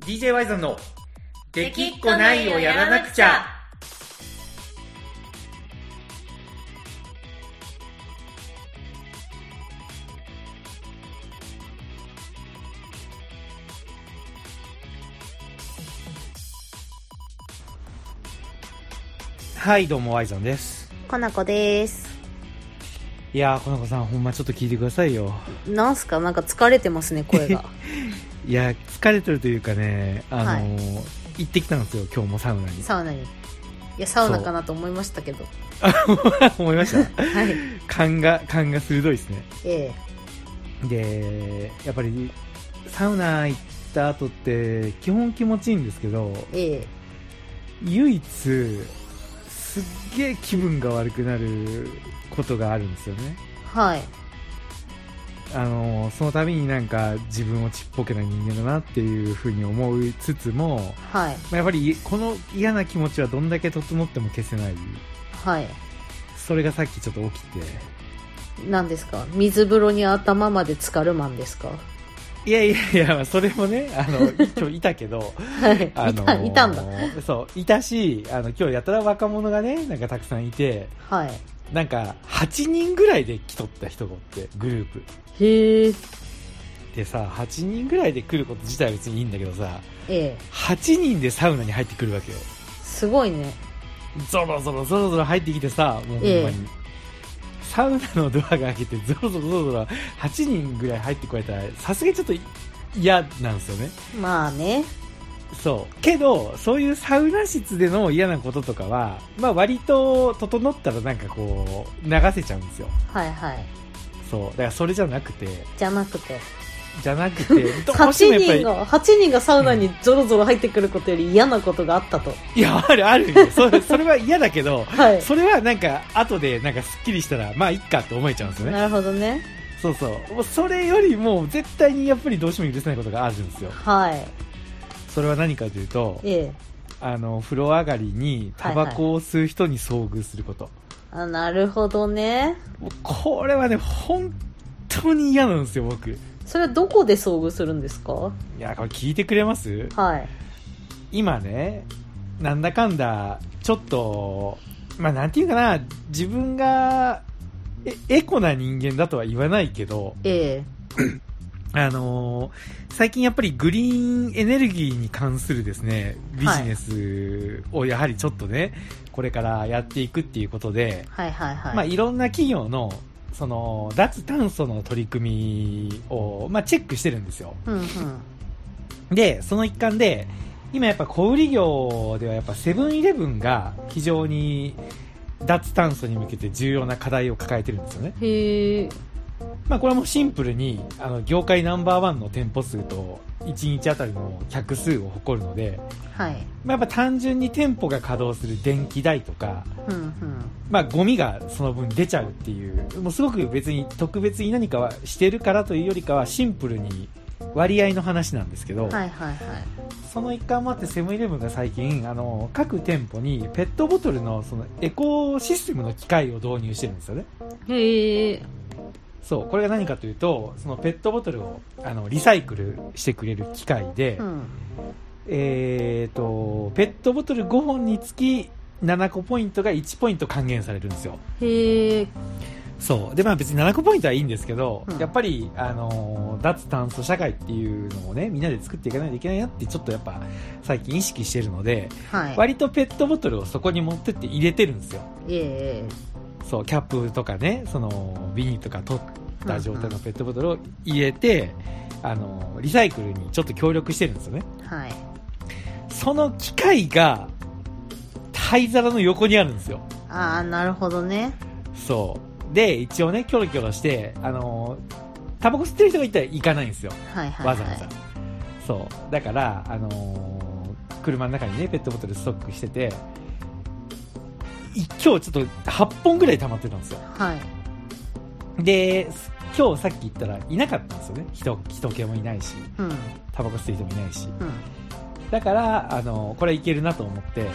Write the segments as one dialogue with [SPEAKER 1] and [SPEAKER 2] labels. [SPEAKER 1] DJ ワイザンの「できっこないをやらなくちゃ」はいどうもワイザンです
[SPEAKER 2] かなこです
[SPEAKER 1] いやーこの子さんほんまちょっと聞いてくださいよ
[SPEAKER 2] なんすかなんか疲れてますね 声が
[SPEAKER 1] いや疲れてるというかねあのー行ってきたんですよ今日もサウナに
[SPEAKER 2] サウナにいやサウナかなと思いましたけど
[SPEAKER 1] 思いました
[SPEAKER 2] はい
[SPEAKER 1] 勘が勘が鋭いですね
[SPEAKER 2] ええ
[SPEAKER 1] でやっぱりサウナ行った後って基本気持ちいいんですけど
[SPEAKER 2] ええ
[SPEAKER 1] 唯一すっげえ気分が悪くなることがあるんですよね
[SPEAKER 2] はい
[SPEAKER 1] あのその度になんか自分をちっぽけな人間だなっていうふうに思いつつも
[SPEAKER 2] はい
[SPEAKER 1] まあやっぱりこの嫌な気持ちはどんだけ整っても消せない
[SPEAKER 2] はい
[SPEAKER 1] それがさっきちょっと起きて
[SPEAKER 2] 何ですか水風呂に頭まで浸かるマンですか
[SPEAKER 1] いやいやいやそれもねあの今日いたけど
[SPEAKER 2] はいい
[SPEAKER 1] あ
[SPEAKER 2] た,、
[SPEAKER 1] の
[SPEAKER 2] いたんだ
[SPEAKER 1] そういたしあの今日やたら若者がねなんかたくさんいて
[SPEAKER 2] はい
[SPEAKER 1] なんか8人ぐらいで来とった人がおってグループ
[SPEAKER 2] へえ
[SPEAKER 1] でさ8人ぐらいで来ること自体は別にいいんだけどさ
[SPEAKER 2] ええ
[SPEAKER 1] 8人でサウナに入ってくるわけよ
[SPEAKER 2] すごいね
[SPEAKER 1] ゾロゾロゾロゾロ入ってきてさもうほんまに、
[SPEAKER 2] ええ
[SPEAKER 1] サウナのドアが開けてゾロゾロゾロゾロ8人ぐらい入ってこられたらさすがにちょっと嫌なんですよね
[SPEAKER 2] まあね
[SPEAKER 1] そうけどそういうサウナ室での嫌なこととかは、まあ、割と整ったらなんかこう流せちゃうんですよ
[SPEAKER 2] はいはい
[SPEAKER 1] そうだからそれじゃなくて
[SPEAKER 2] じゃなくて
[SPEAKER 1] じゃなく てど
[SPEAKER 2] 8
[SPEAKER 1] うしてもやっぱり
[SPEAKER 2] 人が8人がサウナにゾロゾロ入ってくることより嫌なことがあったと
[SPEAKER 1] いやあるあるよそれそれは嫌だけど
[SPEAKER 2] はい
[SPEAKER 1] それはなんか後でなんかすっきりしたらまあいっかって思えちゃうんですよね
[SPEAKER 2] なるほどね
[SPEAKER 1] そうそうもうそれよりも絶対にやっぱりどうしても許せないことがあるんですよ
[SPEAKER 2] はい
[SPEAKER 1] それは何かというと
[SPEAKER 2] ええ
[SPEAKER 1] あの風呂上がりにタバコを吸う人に遭遇すること、
[SPEAKER 2] あなるほどね
[SPEAKER 1] もうこれはね、本当に嫌なんですよ、僕。い
[SPEAKER 2] それはどこで遭遇するんですか
[SPEAKER 1] や、これ聞いてくれます
[SPEAKER 2] はい
[SPEAKER 1] 今ね、なんだかんだ、ちょっと、まあ、なんていうかな、自分が、えエコな人間だとは言わないけど、
[SPEAKER 2] ええ
[SPEAKER 1] あのー最近やっぱりグリーンエネルギーに関するですね、ビジネスをやはりちょっとね、これからやっていくっていうことで、
[SPEAKER 2] はいはいはい、
[SPEAKER 1] まあ、いろんな企業のその脱炭素の取り組みを、まあ、チェックしてるんですよ
[SPEAKER 2] うんうん
[SPEAKER 1] でその一環で今やっぱ小売業ではやっぱセブンイレブンが非常に脱炭素に向けて重要な課題を抱えてるんですよね、
[SPEAKER 2] へえ
[SPEAKER 1] まあ、これはもうシンプルにあの業界ナンバーワンの店舗数と1日あたりの客数を誇るので、
[SPEAKER 2] はい
[SPEAKER 1] まあ、やっぱ単純に店舗が稼働する電気代とか
[SPEAKER 2] うんうん
[SPEAKER 1] まあ、ゴミがその分出ちゃうっていう、もうすごく別に特別に何かはしてるからというよりかはシンプルに割合の話なんですけど、
[SPEAKER 2] はいはいはい
[SPEAKER 1] その一環もあってセブンイレブンが最近あの各店舗にペットボトルのそのエコシステムの機械を導入してるんですよね。
[SPEAKER 2] へえ
[SPEAKER 1] そうこれが何かというとそのペットボトルをあのリサイクルしてくれる機械で、
[SPEAKER 2] うん
[SPEAKER 1] えー、とペットボトル5本につき7個ポイントが1ポイント還元されるんですよ。
[SPEAKER 2] へえ
[SPEAKER 1] そうでまあ別に7個ポイントはいいんですけど、
[SPEAKER 2] うん
[SPEAKER 1] やっぱり、あのー脱炭素社会っていうのをねみんなで作っていかないといけないなってちょっとやっぱ最近意識してるので
[SPEAKER 2] はい
[SPEAKER 1] 割とペットボトルをそこに持ってって入れてるんですよ
[SPEAKER 2] ええ
[SPEAKER 1] そうキャップとかねそのビニとか取った状態のペットボトルを入れて、あのーリサイクルにちょっと協力してるんですよね
[SPEAKER 2] はい
[SPEAKER 1] その機械が灰皿の横にあるんですよ
[SPEAKER 2] ああなるほどね
[SPEAKER 1] そう。で、一応ね、キョロキョロして、あのータバコ吸ってる人がいたら行かないんですよ。
[SPEAKER 2] はいはい、はい、
[SPEAKER 1] わざわざ。そう。だから、あのー車の中にね、ペットボトルストックしてて、い今日ちょっと8本ぐらい溜まってたんですよ。
[SPEAKER 2] はい
[SPEAKER 1] で、す今日さっき言ったらいなかったんですよね。人、人気もいないし、
[SPEAKER 2] うんうん
[SPEAKER 1] タバコ吸ってる人もいないし。だから、あのーこれいけるなと思って、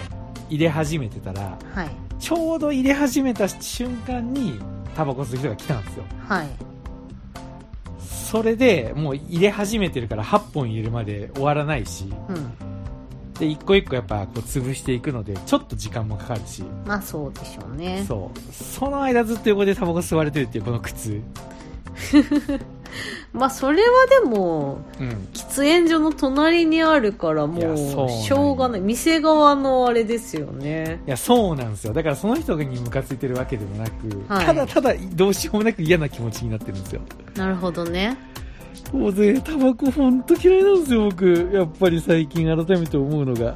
[SPEAKER 1] 入れ始めてたら、
[SPEAKER 2] はい
[SPEAKER 1] ちょうど入れ始めた瞬間に、タバコ吸う人が来たんですよ。
[SPEAKER 2] はい
[SPEAKER 1] それでもう入れ始めてるから8本入れるまで終わらないし、
[SPEAKER 2] うん。
[SPEAKER 1] で、一個一個やっぱこう潰していくので、ちょっと時間もかかるし、
[SPEAKER 2] まあそうでしょうね。
[SPEAKER 1] そう。その間ずっと横でタバコ吸われてるっていうこの苦痛。
[SPEAKER 2] まあそれはでも、
[SPEAKER 1] うん。
[SPEAKER 2] 喫煙所の隣にあるからも
[SPEAKER 1] やそう
[SPEAKER 2] う
[SPEAKER 1] なんよ
[SPEAKER 2] しょうがない店側のあれですよね
[SPEAKER 1] いや、そうなんですよ。だからその人にムカついてるわけでもなく、
[SPEAKER 2] はい
[SPEAKER 1] ただただどうしようもなく嫌な気持ちになってるんですよ。
[SPEAKER 2] なるほどね
[SPEAKER 1] もうね、タバコほんと嫌いなんですよ、僕。やっぱり最近改めて思うのが。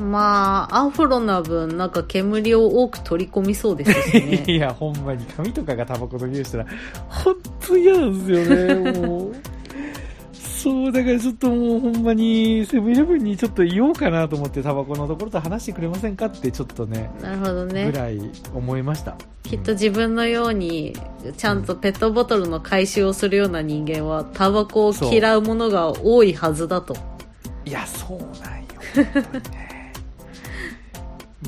[SPEAKER 2] まあアフロな分なんか煙を多く取り込みそうですし ね
[SPEAKER 1] いや、ほんまに髪とかがタバコの匂いしたら、ほんと嫌なんですよね、もう。そう、だからちょっともうほんまに、セブンイレブンにちょっと言おうかなと思って、タバコのところと話してくれませんかって、ちょっとね、
[SPEAKER 2] なるほどね
[SPEAKER 1] ぐらい思いました。
[SPEAKER 2] きっと自分のようにちゃんとペットボトルの回収をするような人間はタバコを嫌うものが多いはずだと
[SPEAKER 1] いや、そうなんよ。本当にね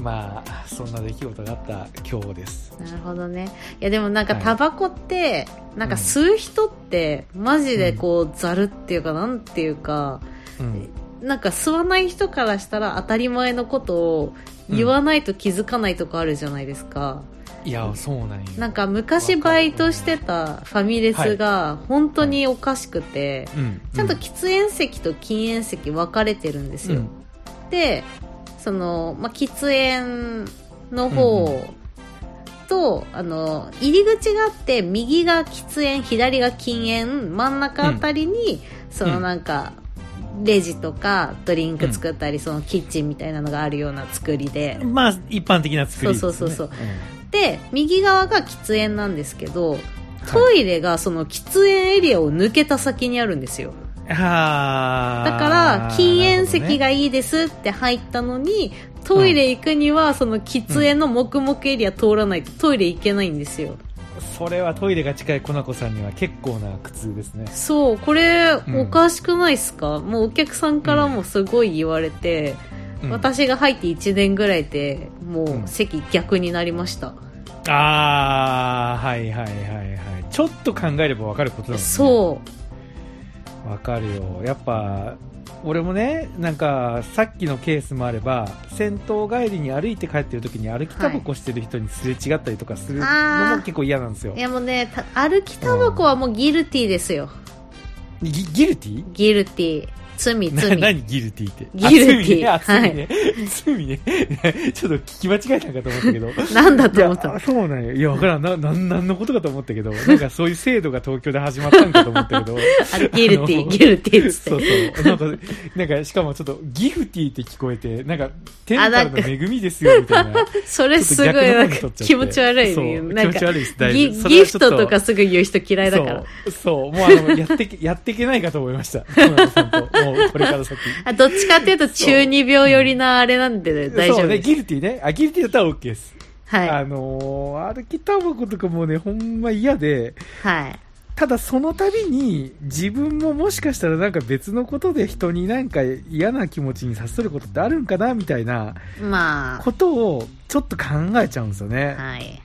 [SPEAKER 1] まあ、そんな出来事があった今日です。
[SPEAKER 2] なるほどねいやでもなんか
[SPEAKER 1] はい
[SPEAKER 2] タバコって、なんか吸う人ってマジでこうざるっていうかなんていうか、
[SPEAKER 1] うん。
[SPEAKER 2] なんか吸わない人からしたら当たり前のことを言わないと気づかないとかあるじゃないですか、
[SPEAKER 1] いや、そうなんよ。
[SPEAKER 2] なんか昔バイトしてたファミレスが本当におかしくて、
[SPEAKER 1] うん、
[SPEAKER 2] ちゃんと喫煙席と禁煙席分かれてるんですよ、でその、まあ、喫煙の方と、あの入り口があって右が喫煙左が禁煙真ん中あたりに、そのなんか、レジとかドリンク作ったり、そのキッチンみたいなのがあるような作りで、
[SPEAKER 1] うんまあ、一般的な作りです、ね。
[SPEAKER 2] そうそうそう
[SPEAKER 1] そ
[SPEAKER 2] で右側が喫煙なんですけどトイレがその喫煙エリアを抜けた先にあるんですよ
[SPEAKER 1] あー
[SPEAKER 2] だから禁煙席
[SPEAKER 1] なる
[SPEAKER 2] がいいですって入ったのに、トイレ行くにはその喫煙の黙々エリア通らないとトイレ行けないんですよ
[SPEAKER 1] ほどねそれはトイレが近いコナコさんには結構な苦痛ですね
[SPEAKER 2] そうこれ
[SPEAKER 1] ん
[SPEAKER 2] おかしくないですか、もうお客さんからもすごい言われて、
[SPEAKER 1] うん
[SPEAKER 2] 私が入って1年ぐらいでもううん席逆になりました、
[SPEAKER 1] ああはいはいはいはいちょっと考えれば分かることだもんね
[SPEAKER 2] そう
[SPEAKER 1] う分かるよやっぱ俺もねなんかさっきのケースもあれば戦闘帰りに歩いて帰ってる時に歩きタバコしてる人にすれ違ったりとかするのも結構嫌なんですよ、
[SPEAKER 2] いやもうねた歩きタバコはもうギルティーですよ
[SPEAKER 1] ギギルティ
[SPEAKER 2] ギルティー罪
[SPEAKER 1] な
[SPEAKER 2] 罪
[SPEAKER 1] 何ギルティって
[SPEAKER 2] ギルティ
[SPEAKER 1] あ罪ねあ罪ね,、罪ね ちょっと聞き間違えたんかと思ったけど
[SPEAKER 2] なんだ
[SPEAKER 1] い
[SPEAKER 2] と
[SPEAKER 1] や
[SPEAKER 2] 思ったの
[SPEAKER 1] そうなんよ。いや、わからん。な、なん、なんのことかと思ったけど、なんかそういう制度が東京で始まったんかと思った けど。
[SPEAKER 2] あれギルテ
[SPEAKER 1] あ
[SPEAKER 2] ィー
[SPEAKER 1] の
[SPEAKER 2] ギルティーっつって
[SPEAKER 1] そうそう。なんか、なんか、しかもちょっと、ギフティーって聞こえて、なんか、天からの恵みですよ、みたいな。
[SPEAKER 2] それすごいなんか気持ち悪いね。
[SPEAKER 1] そう
[SPEAKER 2] な
[SPEAKER 1] 気
[SPEAKER 2] ん
[SPEAKER 1] 持ち
[SPEAKER 2] か
[SPEAKER 1] 悪いです、だいぶ
[SPEAKER 2] ギ
[SPEAKER 1] それ
[SPEAKER 2] ギ
[SPEAKER 1] は
[SPEAKER 2] フ
[SPEAKER 1] ちょっ
[SPEAKER 2] トとかすぐ言う人嫌いだから。
[SPEAKER 1] そう、そう、もうあの、やってけ、や っていけないかと思いました。コナンさんともう、これから先。
[SPEAKER 2] あどっちかっていうと中二病寄りなあれなんで、ね、大丈
[SPEAKER 1] そ
[SPEAKER 2] 夫
[SPEAKER 1] うね、
[SPEAKER 2] です。
[SPEAKER 1] ギルティーね。あ、ギルティーだったら OK です。
[SPEAKER 2] はい。
[SPEAKER 1] あのー、歩きタバコとかもね、ほんま嫌で、
[SPEAKER 2] はい。
[SPEAKER 1] ただその度に自分ももしかしたらなんか別のことで人になんか嫌な気持ちにさせることってあるんかなみたいな
[SPEAKER 2] ま
[SPEAKER 1] ことをちょっと考えちゃうんですよね
[SPEAKER 2] あ、。はい。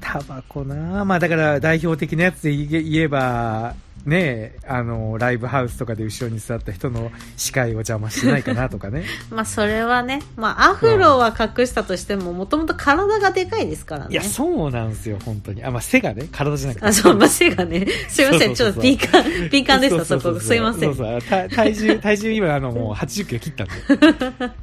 [SPEAKER 1] タバコなまあだから代表的なやつで言えば、ねあの、ライブハウスとかで後ろに座った人の視界を邪魔してないかなとかね。
[SPEAKER 2] まあそれはね、まあアフロは隠したとしても、もともと体がでかいですからね。
[SPEAKER 1] いや、そうなんですよ、本当に。あ、まあ背がね、体じゃなくて。
[SPEAKER 2] あ、そう、まあ背がね。すいません、ち
[SPEAKER 1] そ
[SPEAKER 2] ょ
[SPEAKER 1] うそうそう
[SPEAKER 2] っと
[SPEAKER 1] そう
[SPEAKER 2] 敏 感、敏感でし
[SPEAKER 1] そ
[SPEAKER 2] た、そう
[SPEAKER 1] そうそ
[SPEAKER 2] こ。
[SPEAKER 1] うそう
[SPEAKER 2] すいませ
[SPEAKER 1] そ
[SPEAKER 2] ん
[SPEAKER 1] う。そうた体重、体重今あのもう80キロ切った んで。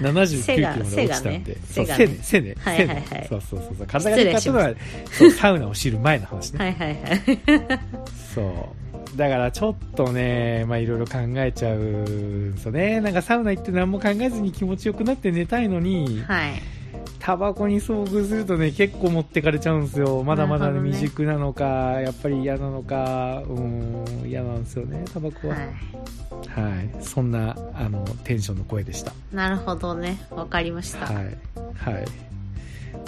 [SPEAKER 1] 79
[SPEAKER 2] 背
[SPEAKER 1] キロま
[SPEAKER 2] が
[SPEAKER 1] で落ちたんで。
[SPEAKER 2] 背が
[SPEAKER 1] そう背
[SPEAKER 2] ね
[SPEAKER 1] ね、背ね。
[SPEAKER 2] はい
[SPEAKER 1] 背
[SPEAKER 2] はい
[SPEAKER 1] ね
[SPEAKER 2] はい
[SPEAKER 1] そうそうそうそう。体がでかったのは、そうサウナを知る前の話ね。
[SPEAKER 2] はいはいはい。
[SPEAKER 1] そう。だからちょっとね、まあいろいろ考えちゃうんですよね。なんかサウナ行って何も考えずに気持ちよくなって寝たいのに、
[SPEAKER 2] はい。
[SPEAKER 1] タバコに遭遇するとね、結構持ってかれちゃうんですよ。まだまだ
[SPEAKER 2] なるほどね
[SPEAKER 1] 未熟なのか、やっぱり嫌なのか、うーん、嫌なんですよね、タバコは。
[SPEAKER 2] はい。
[SPEAKER 1] はい、そんなあのテンションの声でした。
[SPEAKER 2] なるほどね。わかりました。
[SPEAKER 1] はい、はい。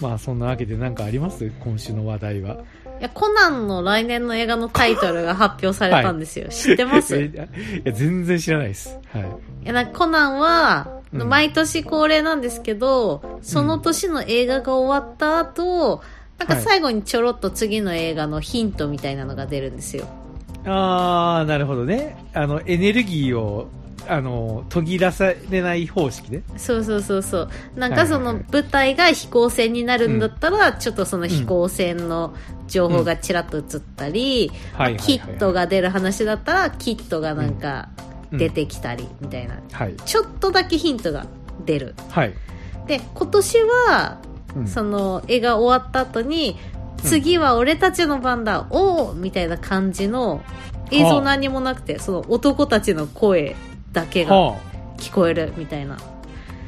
[SPEAKER 1] まあそんなわけで何かあります今週の話題は。
[SPEAKER 2] いや、コナンの来年の映画のタイトルが発表されたんですよ。知ってます
[SPEAKER 1] え
[SPEAKER 2] い
[SPEAKER 1] いや全然知らないです。はい。
[SPEAKER 2] や、なんかコナンは、
[SPEAKER 1] うん
[SPEAKER 2] 毎年恒例なんですけど、その年の映画が終わった後、なんか
[SPEAKER 1] はい
[SPEAKER 2] 最後にちょろっと次の映画のヒントみたいなのが出るんですよ。
[SPEAKER 1] ああ、なるほどね。あの、エネルギーを、あの、研ぎ出されない方式ね。
[SPEAKER 2] そうそうそうそう。なんかそ
[SPEAKER 1] は
[SPEAKER 2] の
[SPEAKER 1] いはいは
[SPEAKER 2] 舞台が飛行船になるんだったら、ちょっとその飛行船の情報がちらっと映ったり、
[SPEAKER 1] はいはいはいはい
[SPEAKER 2] キットが出る話だったら、キットがなんか
[SPEAKER 1] うん
[SPEAKER 2] 出てきたり、みたいな。
[SPEAKER 1] はい。
[SPEAKER 2] ちょっとだけヒントが出る。
[SPEAKER 1] はい。
[SPEAKER 2] で、今年は、
[SPEAKER 1] うん
[SPEAKER 2] その絵が終わった後に、
[SPEAKER 1] うん
[SPEAKER 2] 次は俺たちの番だ、おーみたいな感じの映
[SPEAKER 1] はあ
[SPEAKER 2] 像何もなくて、その男たちの声だけが
[SPEAKER 1] は
[SPEAKER 2] 聞こえるみたいな。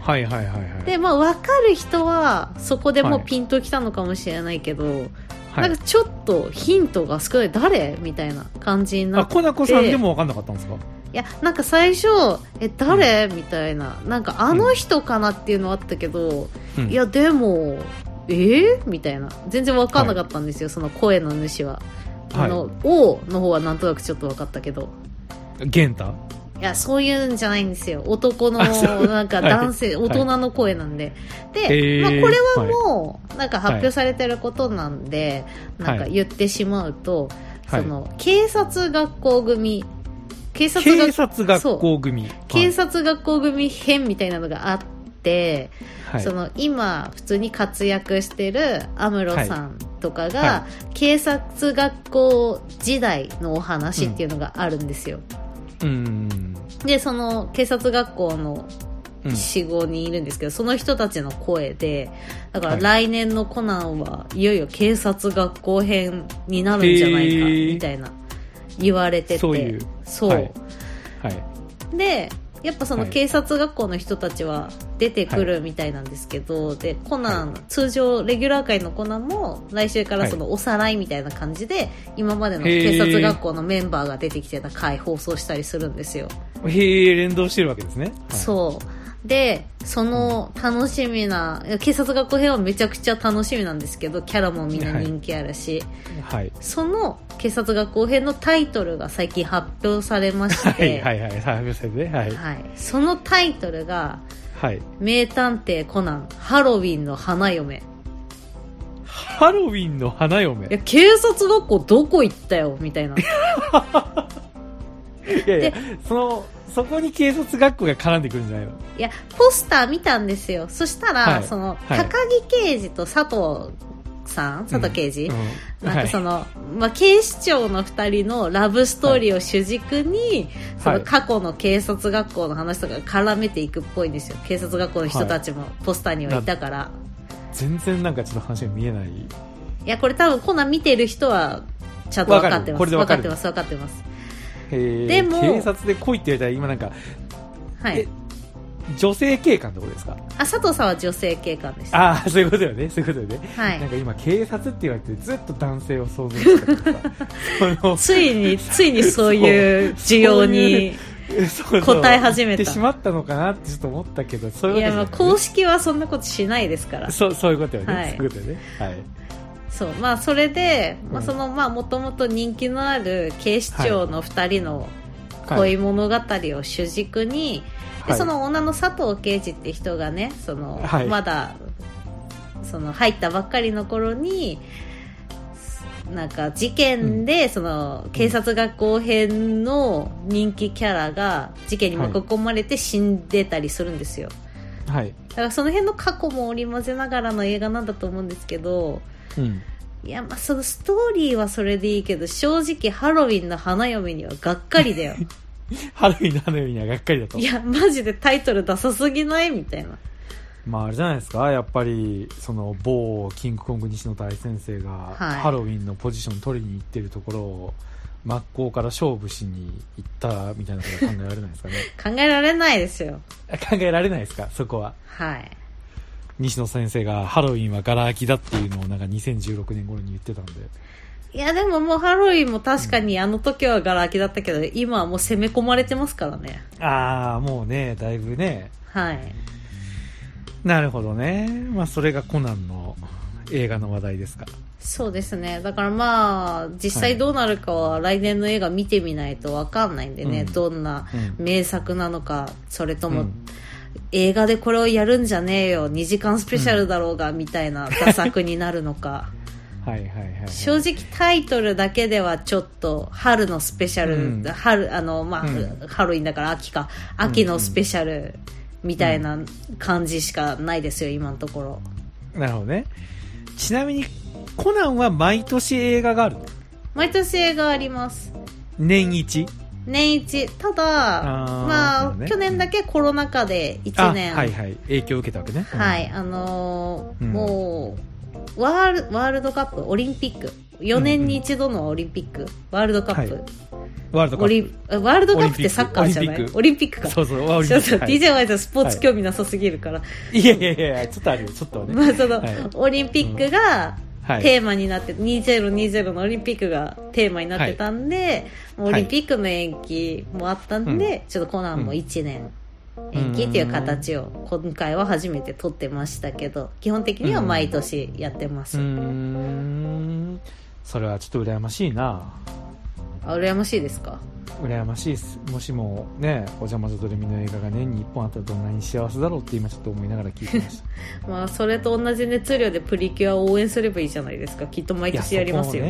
[SPEAKER 1] あ、はいはいはいはい。
[SPEAKER 2] で、まあ分かる人はそこでも
[SPEAKER 1] は
[SPEAKER 2] う
[SPEAKER 1] い
[SPEAKER 2] ピンときたのかもしれないけど、
[SPEAKER 1] はい
[SPEAKER 2] なんかちょっとヒントが少ない、誰みたいな感じにな
[SPEAKER 1] あ、
[SPEAKER 2] って。
[SPEAKER 1] コナコさんでも分かんなかったんですか
[SPEAKER 2] いや、なんか最初、え、誰みたいな。なんかあの人かなっていうのはあったけど、
[SPEAKER 1] うん
[SPEAKER 2] いや、でも、えー、みたいな。全然わかんなかったんですよ、その声の主は。あの、王の方はなんとなくちょっとわかったけど。
[SPEAKER 1] ゲンタ
[SPEAKER 2] いや、そういうんじゃないんですよ。男の、
[SPEAKER 1] あそう
[SPEAKER 2] なんか
[SPEAKER 1] はい
[SPEAKER 2] 男性、
[SPEAKER 1] はい
[SPEAKER 2] 大人の声なんで。
[SPEAKER 1] へ
[SPEAKER 2] で、
[SPEAKER 1] ー
[SPEAKER 2] まあ、これはもう、なんか発表されてることなんで、
[SPEAKER 1] はい
[SPEAKER 2] なんか言ってしまうと、
[SPEAKER 1] はい
[SPEAKER 2] その、警察学校組、警察
[SPEAKER 1] 警
[SPEAKER 2] 学
[SPEAKER 1] 察学校組。
[SPEAKER 2] 警察学校組編みたいなのがあって、
[SPEAKER 1] はい
[SPEAKER 2] その今普通に活躍してるアムロさんとかが、
[SPEAKER 1] はいは
[SPEAKER 2] 警察学校時代のお話っていうのがあるんですよ、
[SPEAKER 1] うん。
[SPEAKER 2] でその警察学校の
[SPEAKER 1] うん
[SPEAKER 2] 45人いるんですけど、その人たちの声でだから
[SPEAKER 1] はい
[SPEAKER 2] 来年のコナンはいよいよ警察学校編になるんじゃないか
[SPEAKER 1] へー
[SPEAKER 2] みたいな言われてて
[SPEAKER 1] そういう
[SPEAKER 2] そう
[SPEAKER 1] はいはい。
[SPEAKER 2] でやっぱその
[SPEAKER 1] はい
[SPEAKER 2] 警察学校の人たちは出てくるみたいなんですけど、でコナン、通常レギュラー界のコナンも来週からそのおさらいみたいな感じで、今までの警察学校のメンバーが出てきてた回放送したりするんですよ、
[SPEAKER 1] へえ、連動してるわけですね。う。
[SPEAKER 2] そうでその楽しみな警察学校編はめちゃくちゃ楽しみなんですけどキャラもみんな人気あるし、
[SPEAKER 1] はい。
[SPEAKER 2] その警察学校編のタイトルが最近発表されまして、
[SPEAKER 1] はいはいはい。サービスでね。はい。
[SPEAKER 2] はい、そのタイトルが
[SPEAKER 1] はい。
[SPEAKER 2] 名探偵コナン、ハロウィンの花嫁。い
[SPEAKER 1] ハロウィンの花嫁。
[SPEAKER 2] や、警察学校どこ行ったよみた いな。
[SPEAKER 1] いやいや、その、そこに警察学校が絡んでくるんじゃないの
[SPEAKER 2] いや、ポスター見たんですよ。そしたら、
[SPEAKER 1] はい
[SPEAKER 2] その、
[SPEAKER 1] はい
[SPEAKER 2] 高木刑事と佐藤さん佐藤刑事、
[SPEAKER 1] うん
[SPEAKER 2] なん
[SPEAKER 1] はい
[SPEAKER 2] かその、まあ、警視庁の二人のラブストーリーを主軸に、そ
[SPEAKER 1] は
[SPEAKER 2] の
[SPEAKER 1] い
[SPEAKER 2] 過去の警察学校の話とか絡めていくっぽいんですよ。警察学校の人たちもポスターにはいたから。
[SPEAKER 1] 全然なんかちょっと話が見えない。
[SPEAKER 2] い、や、これ多分コナン見てる人は、ちゃんと分かってま
[SPEAKER 1] わかる
[SPEAKER 2] す。
[SPEAKER 1] これで分かる
[SPEAKER 2] 分ってます、分かってます。
[SPEAKER 1] へえ
[SPEAKER 2] でも
[SPEAKER 1] 警察で来いって言われたら今なんか、
[SPEAKER 2] はい
[SPEAKER 1] え。女性警官ってことですか
[SPEAKER 2] あ佐藤さんは女性警官です。は
[SPEAKER 1] ああ、そういうことよね。そういうことよね。なん
[SPEAKER 2] い。
[SPEAKER 1] か今、警察って言われてずっと男性を想像してたからさそ の
[SPEAKER 2] つ いに、ついにそういう需要に。
[SPEAKER 1] そうそう
[SPEAKER 2] 答え始めた
[SPEAKER 1] 言ってしまったのかなってちょっと思ったけど、そういうわけ
[SPEAKER 2] いや、
[SPEAKER 1] じゃ
[SPEAKER 2] ま
[SPEAKER 1] な
[SPEAKER 2] あ
[SPEAKER 1] い、
[SPEAKER 2] 公式はそんなことしないですから。
[SPEAKER 1] そう、そういうことよね。
[SPEAKER 2] はい
[SPEAKER 1] そういうことよね。はい。
[SPEAKER 2] そう。まあ、それで、まあ、
[SPEAKER 1] うん
[SPEAKER 2] その、まあ、もともと人気のある警視庁の二人の
[SPEAKER 1] はい
[SPEAKER 2] 恋物語を主軸に、
[SPEAKER 1] は
[SPEAKER 2] で、
[SPEAKER 1] い
[SPEAKER 2] その女の佐藤刑事って人がね、その、
[SPEAKER 1] はい
[SPEAKER 2] まだ、その、入ったばっかりの頃に、なんか事件で、その警察学校編の人気キャラが事件に巻き込まれて死んでたりするんですよ、
[SPEAKER 1] はい。
[SPEAKER 2] だからその辺の過去も織り交ぜながらの映画なんだと思うんですけど
[SPEAKER 1] うん。
[SPEAKER 2] いやまあそのストーリーはそれでいいけど正直ハロウィンの花嫁にはがっかりだよ
[SPEAKER 1] ハロウィンの花嫁にはがっかりだと
[SPEAKER 2] い。やマジでタイトルダサすぎないみたいな
[SPEAKER 1] まあ、あれじゃないですか。やっぱり、その、某、キングコング西野大先生が、
[SPEAKER 2] はい
[SPEAKER 1] ハロウィンのポジション取りに行ってるところを、真っ向から勝負しに行ったみたいなことが考えられないですかね。
[SPEAKER 2] 考えられないですよ
[SPEAKER 1] あ 考えられないですか、そこは。
[SPEAKER 2] はい
[SPEAKER 1] 西野先生がハロウィンはガラ空きだっていうのをなんか2016年頃に言ってたんで。
[SPEAKER 2] いやでももうハロウィンも確かにあの時はガラ空きだったけど今はもう攻め込まれてますからね
[SPEAKER 1] ああ、もうね、だいぶね。
[SPEAKER 2] はい
[SPEAKER 1] なるほどね。まあ、それがコナンの映画の話題ですか。
[SPEAKER 2] そうですね。だからまあ、実際どうなるかは来年の映画見てみないとわかんないんでね、
[SPEAKER 1] うん
[SPEAKER 2] どんな
[SPEAKER 1] うん
[SPEAKER 2] 名作なのか、それと
[SPEAKER 1] う
[SPEAKER 2] も
[SPEAKER 1] ん
[SPEAKER 2] 映画でこれをやるんじゃねえよ、2時間スペシャルだろうが、みたいな打作になるのか。
[SPEAKER 1] はいはいはい、はい。
[SPEAKER 2] 正直タイトルだけではちょっと春のスペシャル、
[SPEAKER 1] うん
[SPEAKER 2] 春あのまあ、
[SPEAKER 1] うん
[SPEAKER 2] ハロウィンだから秋か秋のスペシャルみたいな感じしかないですよ今のところ
[SPEAKER 1] なるほどね。ちなみに、コナンは毎年映画があるの
[SPEAKER 2] 毎年映画あります
[SPEAKER 1] 年一
[SPEAKER 2] 年一ただ
[SPEAKER 1] あー
[SPEAKER 2] ま
[SPEAKER 1] なるほど
[SPEAKER 2] あ、
[SPEAKER 1] ね
[SPEAKER 2] 去年だけコロナ禍で
[SPEAKER 1] あ、
[SPEAKER 2] 1年
[SPEAKER 1] はいはい。影響を受けたわけね。うん
[SPEAKER 2] はい、あのー
[SPEAKER 1] うん
[SPEAKER 2] もうワール、ワールドカップ、オリンピック、4年に一度のオリンピック、ワールドカップ、
[SPEAKER 1] はワールドカ
[SPEAKER 2] オリ
[SPEAKER 1] ッ
[SPEAKER 2] ンあワールドカップってサッカーじゃない
[SPEAKER 1] オリンピック
[SPEAKER 2] オリンピック
[SPEAKER 1] プ。
[SPEAKER 2] か。
[SPEAKER 1] そうそう、ワール
[SPEAKER 2] ち
[SPEAKER 1] ド
[SPEAKER 2] ょ
[SPEAKER 1] カ
[SPEAKER 2] っと
[SPEAKER 1] ップ。はい
[SPEAKER 2] DJY さんスポーツ興味なさすぎるから、
[SPEAKER 1] いやいやいやいや、ちょっとあるよ、ちょっとはね。
[SPEAKER 2] まあその
[SPEAKER 1] はい
[SPEAKER 2] オリンピックが
[SPEAKER 1] はい。
[SPEAKER 2] テーマになって、2020のオリンピックがテーマになってたんで、もうオリンピックの延期もあったんで、ちょっとコナンも1年延期っていう形を今回は初めて取ってましたけど、基本的には毎年やってま
[SPEAKER 1] う
[SPEAKER 2] す。
[SPEAKER 1] ーん。それはちょっと羨ましいな。
[SPEAKER 2] あ羨ましいですか
[SPEAKER 1] 羨ましいです。もしもね、お邪魔女ドレミの映画が年に1本あったらどんなに幸せだろうって今ちょっと思いながら聞いてました。
[SPEAKER 2] まあそれと同じ熱量でプリキュアを応援すればいいじゃないですか。きっと毎
[SPEAKER 1] いや
[SPEAKER 2] 年やりますよ。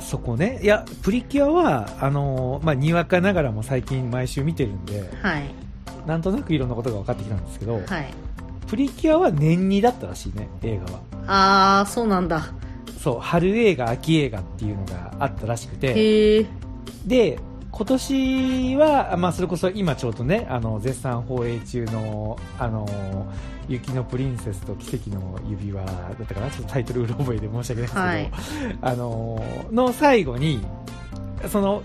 [SPEAKER 1] そこねそこねいやプリキュアはあのーまあ、にわかながらも最近毎週見てるんで
[SPEAKER 2] はい。
[SPEAKER 1] なんとなくいろんなことが分かってきたんですけど、
[SPEAKER 2] はい。
[SPEAKER 1] プリキュアは年2だったらしいね映画は
[SPEAKER 2] あー、そうなんだ。
[SPEAKER 1] そう春映画秋映画っていうのがあったらしくて
[SPEAKER 2] へえ。
[SPEAKER 1] で今年は、まあ、それこそ今ちょうどねあの絶賛放映中の「あのー雪のプリンセスと奇跡の指輪」だったかなちょっとタイトルうろ覚えで申し訳ないですけど、あのーの最後にその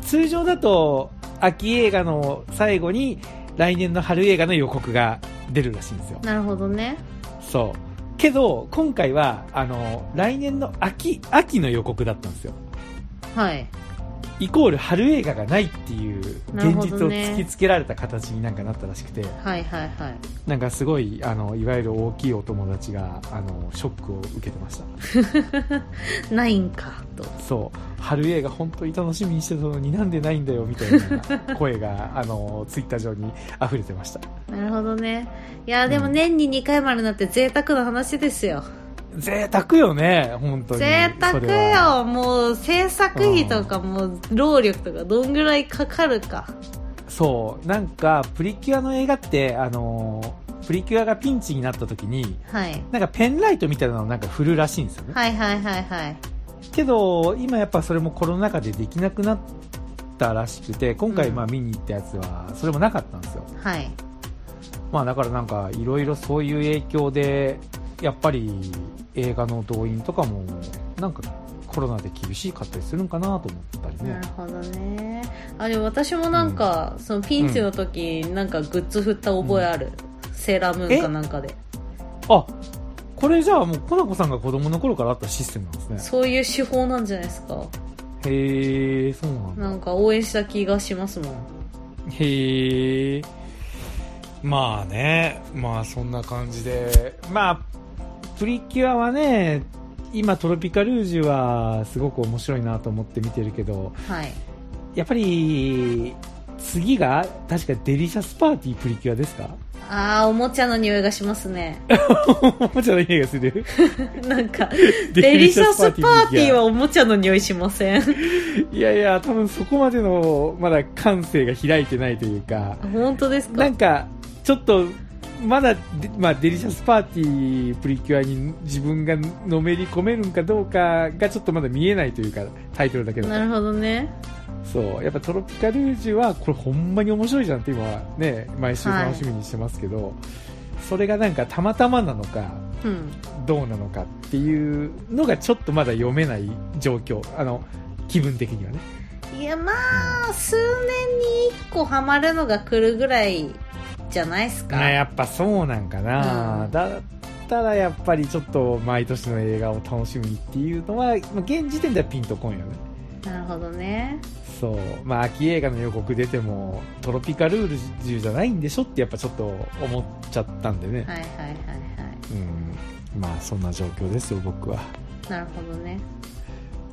[SPEAKER 1] 通常だと秋映画の最後に来年の春映画の予告が出るらしいんですよ。
[SPEAKER 2] なるほどね。
[SPEAKER 1] そうけど今回はあのー来年の秋秋の予告だったんですよ。
[SPEAKER 2] はい。
[SPEAKER 1] イコール春映画がないっていう
[SPEAKER 2] なる
[SPEAKER 1] 現
[SPEAKER 2] ほ
[SPEAKER 1] 実
[SPEAKER 2] ど
[SPEAKER 1] を
[SPEAKER 2] ね
[SPEAKER 1] 突きつけられた形になんかなったらしくて、
[SPEAKER 2] はいはいはい。
[SPEAKER 1] なんかすごいあのいわゆる大きいお友達があのショックを受けてました
[SPEAKER 2] ないんかと。
[SPEAKER 1] そう春映画本当に楽しみにしてたのになんでないんだよみたいな声が あのツイッター上に溢れてました
[SPEAKER 2] なるほどね。いやーで
[SPEAKER 1] う
[SPEAKER 2] も
[SPEAKER 1] ん
[SPEAKER 2] 年に2回もあるなんて贅沢な話ですよ。
[SPEAKER 1] 贅沢よね本当に
[SPEAKER 2] 贅
[SPEAKER 1] そ
[SPEAKER 2] 沢
[SPEAKER 1] れは
[SPEAKER 2] よ。もう制作費とかもう労力とかどんぐらいかかるか。
[SPEAKER 1] そうなんかプリキュアの映画ってあのプリキュアがピンチになった時に
[SPEAKER 2] はい。
[SPEAKER 1] なんかペンライトみたいなのをなんか振るらしいんですよね、
[SPEAKER 2] はいはいはいはい。
[SPEAKER 1] けど今やっぱそれもコロナ禍でできなくなったらしくて今回まあ見に行ったやつはそれもなかったんですよ、
[SPEAKER 2] はい。
[SPEAKER 1] まあだからなんかいろいろそういう影響でやっぱり映画の動員とかもなんかコロナで厳しかったりするんかなと思ったり
[SPEAKER 2] な
[SPEAKER 1] ね
[SPEAKER 2] るほどね。あ、でも私もなんか、そのピンチの時、なんかグッズ振った覚えある。セーラームーンかなんかで。
[SPEAKER 1] あこれじゃあもうコナコさんが子供の頃からあったシステムなんですね
[SPEAKER 2] そういう手法なんじゃないですか。
[SPEAKER 1] へえそうなんだ
[SPEAKER 2] なんか応援した気がしますもん。
[SPEAKER 1] へえまあねまあそんな感じでまあプリキュアはね今トロピカルージュはすごく面白いなと思って見てるけど
[SPEAKER 2] はい。
[SPEAKER 1] やっぱり次が確かデリシャスパーティープリキュアですか
[SPEAKER 2] あー、おもちゃの匂いがしますね。
[SPEAKER 1] おもちゃの匂いがする
[SPEAKER 2] なんか、 デリシャスパーティーはおもちゃの匂いしません。
[SPEAKER 1] いやいや多分そこまでのまだ感性が開いてないというか
[SPEAKER 2] 本当ですか
[SPEAKER 1] なんか、ちょっと、まだ、でまあ、デリシャスパーティープリキュアに自分がのめり込めるんかどうかがちょっとまだ見えないというか、タイトルだけだと
[SPEAKER 2] なるほどね。
[SPEAKER 1] そう。やっぱトロピカルージュは、これほんまに面白いじゃんって今はね、毎週楽しみにしてますけど、それがなんかたまたまなのか、
[SPEAKER 2] うん。
[SPEAKER 1] どうなのかっていうのがちょっとまだ読めない状況。あの、気分的にはね。
[SPEAKER 2] いや、まあ、数年に一個ハマるのが来るぐらいじゃないですか。
[SPEAKER 1] あやっぱそうなんかな、
[SPEAKER 2] うん
[SPEAKER 1] だったらやっぱりちょっと毎年の映画を楽しみにっていうのは、まあ、現時点ではピンとこんよね
[SPEAKER 2] なるほどね。
[SPEAKER 1] そうまあ秋映画の予告出てもトロピカルージュじゃないんでしょってやっぱちょっと思っちゃったんでね、
[SPEAKER 2] はいはいはいはい。
[SPEAKER 1] うんまあそんな状況ですよ僕は
[SPEAKER 2] なるほどね。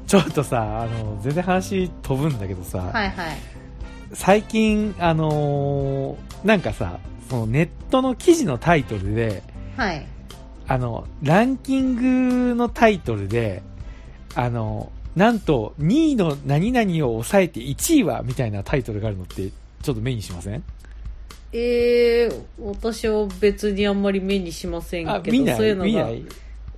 [SPEAKER 1] ちょっとさあの全然話飛ぶんだけどさ、
[SPEAKER 2] はいはい。
[SPEAKER 1] 最近あのーなんかさそのネットの記事のタイトルで
[SPEAKER 2] はい。
[SPEAKER 1] あの、ランキングのタイトルで、あの、なんと2位の何々を抑えて1位はみたいなタイトルがあるのって、ちょっと目にしません
[SPEAKER 2] ええ私は別にあんまり目にしません
[SPEAKER 1] あ、
[SPEAKER 2] け
[SPEAKER 1] 見
[SPEAKER 2] ど、
[SPEAKER 1] な
[SPEAKER 2] そういう
[SPEAKER 1] い
[SPEAKER 2] の
[SPEAKER 1] 見な
[SPEAKER 2] が
[SPEAKER 1] い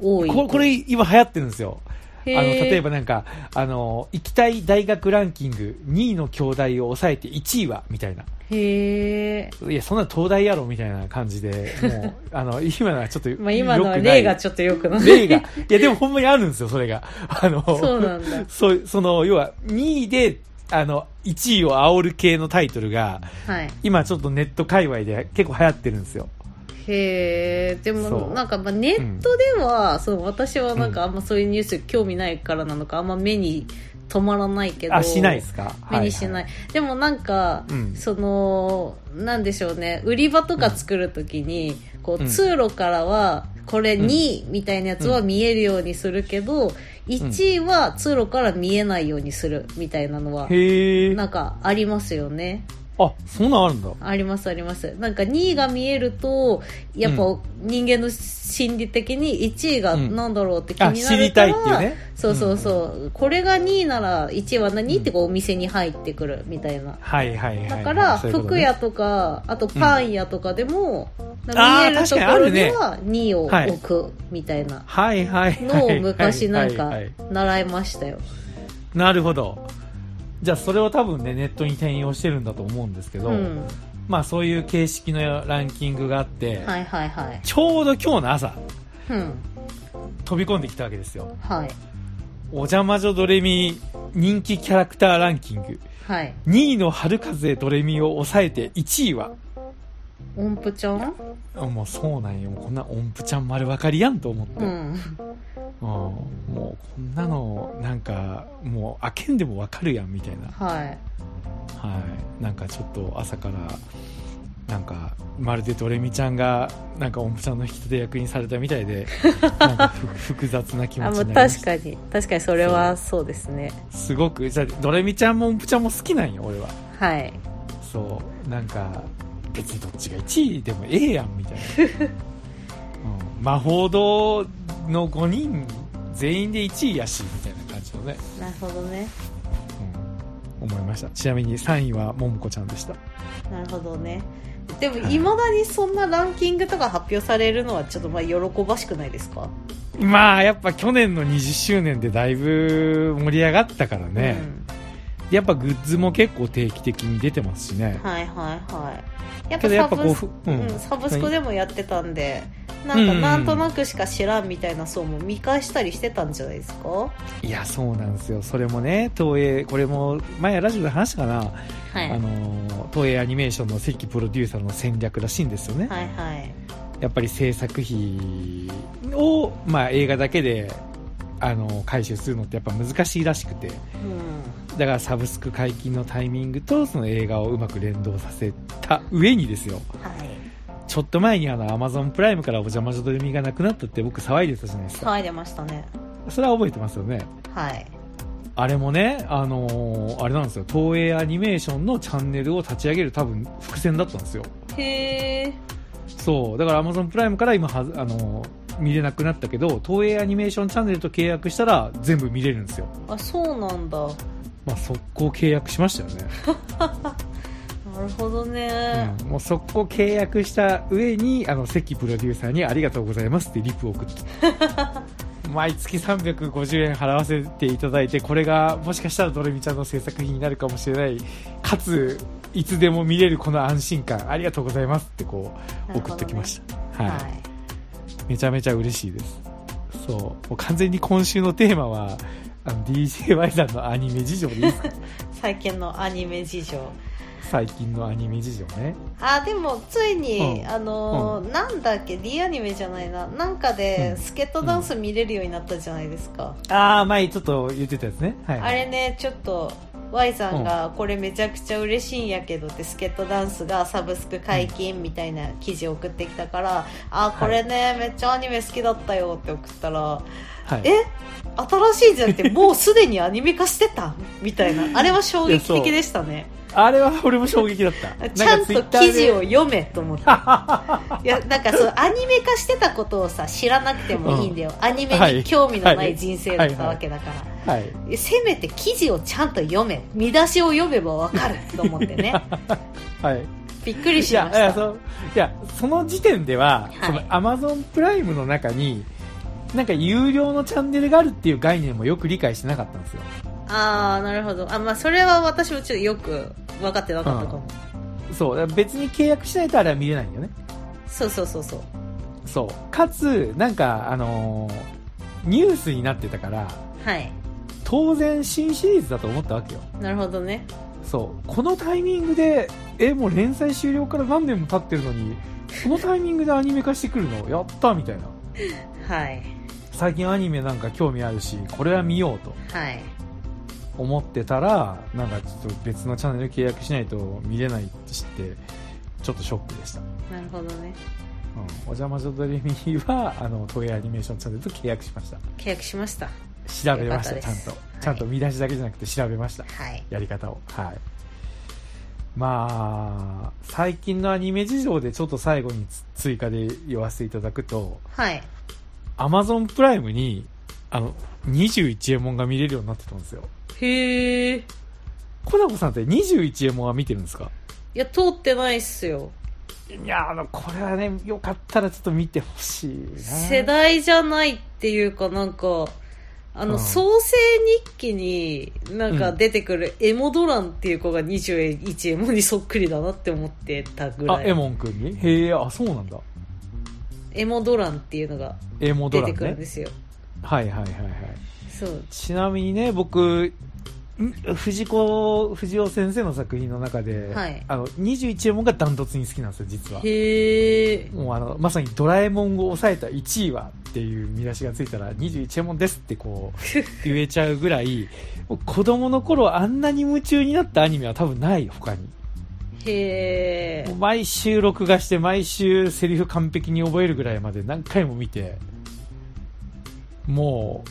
[SPEAKER 2] 多い。
[SPEAKER 1] ここれ今流行ってるんですよ。
[SPEAKER 2] あの
[SPEAKER 1] あの例えばなんかあの行きたい大学ランキング2位の京大を抑えて1位はみたいな
[SPEAKER 2] へえ。
[SPEAKER 1] いやそんな東大やろみたいな感じで もうあの今のはちょっと
[SPEAKER 2] まあ今のは
[SPEAKER 1] 良くない
[SPEAKER 2] 例がちょっとよくない。
[SPEAKER 1] 例が いやでもほんまにあるんですよそれがあの
[SPEAKER 2] そうなんだ。
[SPEAKER 1] そうその要は2位であの1位を煽る系のタイトルが
[SPEAKER 2] はい。
[SPEAKER 1] 今ちょっとネット界隈で結構流行ってるんですよ
[SPEAKER 2] へえ。で
[SPEAKER 1] そ
[SPEAKER 2] も、
[SPEAKER 1] う
[SPEAKER 2] なんか、まあ、ネットでは、その私はなんかあんまそういうニュース興味ないからなのか、あんま目に止まらないけど。
[SPEAKER 1] あしないですか
[SPEAKER 2] 目にしない、
[SPEAKER 1] は
[SPEAKER 2] でもなんか、
[SPEAKER 1] うん
[SPEAKER 2] そのなんでしょうね売り場とか作るときに、こ
[SPEAKER 1] う
[SPEAKER 2] うん通路からはこれ
[SPEAKER 1] うん、
[SPEAKER 2] 2位みたいなやつは見えるようにするけど、1位は通路から見えないようにするみたいなのはい
[SPEAKER 1] へえ
[SPEAKER 2] なんかありますよね
[SPEAKER 1] あそんなんあるんだ
[SPEAKER 2] ありますありますなんか2位が見えるとやっぱ
[SPEAKER 1] う
[SPEAKER 2] 人間の心理的に1位が
[SPEAKER 1] うん
[SPEAKER 2] なんだろうって気
[SPEAKER 1] あ
[SPEAKER 2] にな
[SPEAKER 1] 知
[SPEAKER 2] る
[SPEAKER 1] り
[SPEAKER 2] か
[SPEAKER 1] た
[SPEAKER 2] ら、
[SPEAKER 1] いっていうね
[SPEAKER 2] そうそうそう、これが2位なら1位は何ってこうお店に入ってくるみたいな
[SPEAKER 1] はいはいはい
[SPEAKER 2] だから
[SPEAKER 1] そういうこと
[SPEAKER 2] 服
[SPEAKER 1] ね
[SPEAKER 2] 屋とかあとパン屋とかでも、なん
[SPEAKER 1] あ
[SPEAKER 2] か
[SPEAKER 1] ー
[SPEAKER 2] 見えるところには2位を
[SPEAKER 1] はい
[SPEAKER 2] 置くみたいな
[SPEAKER 1] はいはいはい
[SPEAKER 2] の
[SPEAKER 1] はい
[SPEAKER 2] を昔なんか
[SPEAKER 1] はいはい
[SPEAKER 2] 習いましたよ、
[SPEAKER 1] なるほどじゃあそれを多分ねネットに転用してるんだと思うんですけど、
[SPEAKER 2] うん、
[SPEAKER 1] まあそういう形式のランキングがあって、
[SPEAKER 2] はいはいはい
[SPEAKER 1] ちょうど今日の朝
[SPEAKER 2] うん
[SPEAKER 1] 飛び込んできたわけですよ
[SPEAKER 2] はい
[SPEAKER 1] お邪魔女ドレミ人気キャラクターランキング
[SPEAKER 2] はい
[SPEAKER 1] 2位の春風ドレミを抑えて1位は
[SPEAKER 2] 音符ちゃん
[SPEAKER 1] あもうそうなんよもうこんな音符ちゃん丸分かりやんと思って、
[SPEAKER 2] う
[SPEAKER 1] うん
[SPEAKER 2] ん
[SPEAKER 1] もうこんなのなんかもう開けんでも分かるやんみたいな
[SPEAKER 2] はい
[SPEAKER 1] はい、なんかちょっと朝からなんかまるでドレミちゃんがなんか音符ちゃんの引き立て役にされたみたいでなんかふ 複雑な気持
[SPEAKER 2] あ
[SPEAKER 1] ち
[SPEAKER 2] もう
[SPEAKER 1] になりまし
[SPEAKER 2] 確
[SPEAKER 1] た
[SPEAKER 2] かに確かにそれはそうですね
[SPEAKER 1] すごくじゃあドレミちゃんも音符ちゃんも好きなんよ俺は
[SPEAKER 2] はい
[SPEAKER 1] そうなんか別にどっちが1位でもええやんみたいな、うん、魔法堂の5人全員で1位やしみたいな感じのね、
[SPEAKER 2] なるほどね
[SPEAKER 1] うん、思いましたちなみに3位はももこちゃんでした
[SPEAKER 2] なるほどねでも
[SPEAKER 1] はい
[SPEAKER 2] いまだにそんなランキングとか発表されるのはちょっとまあ喜ばしくないですか
[SPEAKER 1] まあやっぱ去年の20周年でだいぶ盛り上がったからね、やっぱグッズも結構定期的に出てますしね
[SPEAKER 2] うん、はいはいはいやっ
[SPEAKER 1] けどやっ
[SPEAKER 2] ぱ
[SPEAKER 1] ぱ
[SPEAKER 2] サ
[SPEAKER 1] こ
[SPEAKER 2] ブ
[SPEAKER 1] うふ、
[SPEAKER 2] ス,、う
[SPEAKER 1] うんん、
[SPEAKER 2] サブスクでもやってたんでな
[SPEAKER 1] うんんうん
[SPEAKER 2] か
[SPEAKER 1] うん
[SPEAKER 2] なんとなくしか知らんみたいな層も見返したりしてたんじゃないですか
[SPEAKER 1] いやそうなんですよそれもね東映これも前ラジオで話したかな、
[SPEAKER 2] はい
[SPEAKER 1] あ
[SPEAKER 2] はい
[SPEAKER 1] の東映アニメーションの関プロデューサーの戦略らしいんですよね、
[SPEAKER 2] はい
[SPEAKER 1] やっぱり制作費を、まあ、映画だけであの回収するのってやっぱ難しいらしくて
[SPEAKER 2] うん
[SPEAKER 1] だからサブスク解禁のタイミングとその映画をうまく連動させた上にですよ
[SPEAKER 2] はい
[SPEAKER 1] ちょっと前にあの Amazon プライムからお邪魔女とみがなくなったって僕騒いでたじゃないですか。
[SPEAKER 2] 騒いでましたね
[SPEAKER 1] それは覚えてますよね。
[SPEAKER 2] はい
[SPEAKER 1] あれもね、あのーあれなんですよ。東映アニメーションのチャンネルを立ち上げる多分伏線だったんですよ。
[SPEAKER 2] へえ
[SPEAKER 1] そう。だから Amazon プライムから今はず、あのー見れなくなったけど、東映アニメーションチャンネルと契約したら全部見れるんですよ。
[SPEAKER 2] あそうなんだ
[SPEAKER 1] まあ、速攻契約しましたよね。
[SPEAKER 2] なるほどね、
[SPEAKER 1] うん、もう速攻契約した上にあの関プロデューサーにありがとうございますってリプを送ってきた毎月350円払わせていただいてこれがもしかしたらドレミちゃんの制作費になるかもしれないかついつでも見れるこの安心感ありがとうございますってこう送ってきました、
[SPEAKER 2] た
[SPEAKER 1] はい、めちゃめちゃ嬉しいですそうもう完全に今週のテーマはあの DJY さんのアニメ事情ですか
[SPEAKER 2] 最近のアニメ事情
[SPEAKER 1] 最近のアニメ事情 ね
[SPEAKER 2] あでもついに、
[SPEAKER 1] うん
[SPEAKER 2] あのーなんだっけ D アニメじゃないななんかで、
[SPEAKER 1] うん
[SPEAKER 2] スケートダンス見れるようになったじゃないですか、
[SPEAKER 1] ああ前ちょっと言ってたやつねはい
[SPEAKER 2] あれねちょっと Y さんが「これめちゃくちゃ嬉しいんやけど」ってスケットダンスがサブスク解禁みたいな記事を送ってきたから「あーこれね、めっちゃアニメ好きだったよ」って送ったら
[SPEAKER 1] はい
[SPEAKER 2] 「え新しいんじゃなくてもうすでにアニメ化してた?」みたいなあれは衝撃的でしたね
[SPEAKER 1] あれは俺も衝撃だったなんか
[SPEAKER 2] ちゃんと
[SPEAKER 1] Twitter
[SPEAKER 2] 記 事を
[SPEAKER 1] で
[SPEAKER 2] 読めと思って。いやなんかそうアニメ化してたことをさ知らなくてもいいんだ よ、アニメに興味のない人生だったわけだから、
[SPEAKER 1] はい
[SPEAKER 2] せめて記事をちゃんと読め見出しを読めばわかると思ってね
[SPEAKER 1] はい
[SPEAKER 2] びっくり
[SPEAKER 1] い
[SPEAKER 2] しま
[SPEAKER 1] や
[SPEAKER 2] し
[SPEAKER 1] いや
[SPEAKER 2] た
[SPEAKER 1] そういやその時点では、
[SPEAKER 2] い
[SPEAKER 1] そのアマゾンプライムの中になんか有料のチャンネルがあるっていう概念もよく理解してなかったんですよ
[SPEAKER 2] ああなるほどあまあそれは私もちょっとよく分かってなかったかも、
[SPEAKER 1] そうだから別に契約しないとあれは見れないんだよね
[SPEAKER 2] そうそうそうそう
[SPEAKER 1] そうかつなんかあのーニュースになってたから
[SPEAKER 2] はい
[SPEAKER 1] 当然新シリーズだと思ったわけよ
[SPEAKER 2] なるほどね
[SPEAKER 1] そうこのタイミングでえもう連載終了から何年も経ってるのにこのタイミングでアニメ化してくるのやったみたいな
[SPEAKER 2] はい
[SPEAKER 1] 最近アニメなんか興味あるしこれは見ようと
[SPEAKER 2] はい
[SPEAKER 1] 思ってたらなんかちょっと別のチャンネル契約しないと見れないって知ってちょっとショックでした、うん、
[SPEAKER 2] なるほどね
[SPEAKER 1] お邪魔女ドレミはあの東映アニメーションチャンネルと契約しました
[SPEAKER 2] 契約しました
[SPEAKER 1] 調べましたちゃ
[SPEAKER 2] よかった
[SPEAKER 1] ん
[SPEAKER 2] です
[SPEAKER 1] と、
[SPEAKER 2] い
[SPEAKER 1] ちゃんと見出しだけじゃなくて調べました
[SPEAKER 2] はい
[SPEAKER 1] やり方をはいまあ最近のアニメ事情でちょっと最後につ追加で言わせていただくと
[SPEAKER 2] はい
[SPEAKER 1] アマゾンプライムにあの21エモンが見れるようになってたんですよ
[SPEAKER 2] へえい
[SPEAKER 1] コナコさんって21エモンは見てるんですか
[SPEAKER 2] や通ってないっすよ
[SPEAKER 1] いやあのこれはねよかったらちょっと見てほしいな
[SPEAKER 2] 世代じゃないっていうかなんかあの、
[SPEAKER 1] うん
[SPEAKER 2] 創世日記になんか
[SPEAKER 1] うん
[SPEAKER 2] 出てくるエモドランっていう子が21エモにそっくりだなって思ってたぐら
[SPEAKER 1] あ
[SPEAKER 2] い
[SPEAKER 1] エモン君にへえあそうなんだ
[SPEAKER 2] エモドランっていうのが
[SPEAKER 1] エモド
[SPEAKER 2] 出
[SPEAKER 1] ラ
[SPEAKER 2] て
[SPEAKER 1] ン
[SPEAKER 2] くるん
[SPEAKER 1] ね
[SPEAKER 2] ですよ、
[SPEAKER 1] はいはいはいはい
[SPEAKER 2] そう
[SPEAKER 1] ちなみにね僕ん藤子不二雄先生の作品の中で、
[SPEAKER 2] はい
[SPEAKER 1] あの21エモンがダントツに好きなんですよ実は
[SPEAKER 2] へえ
[SPEAKER 1] もうあのまさに「ドラえもんを抑えた1位は」っていう見出しがついたら「21エモンです」ってこ う言えちゃうぐらいもう子供の頃あんなに夢中になったアニメは多分ない他に
[SPEAKER 2] へ
[SPEAKER 1] もう
[SPEAKER 2] え
[SPEAKER 1] 毎週録画して毎週セリフ完璧に覚えるぐらいまで何回も見てもう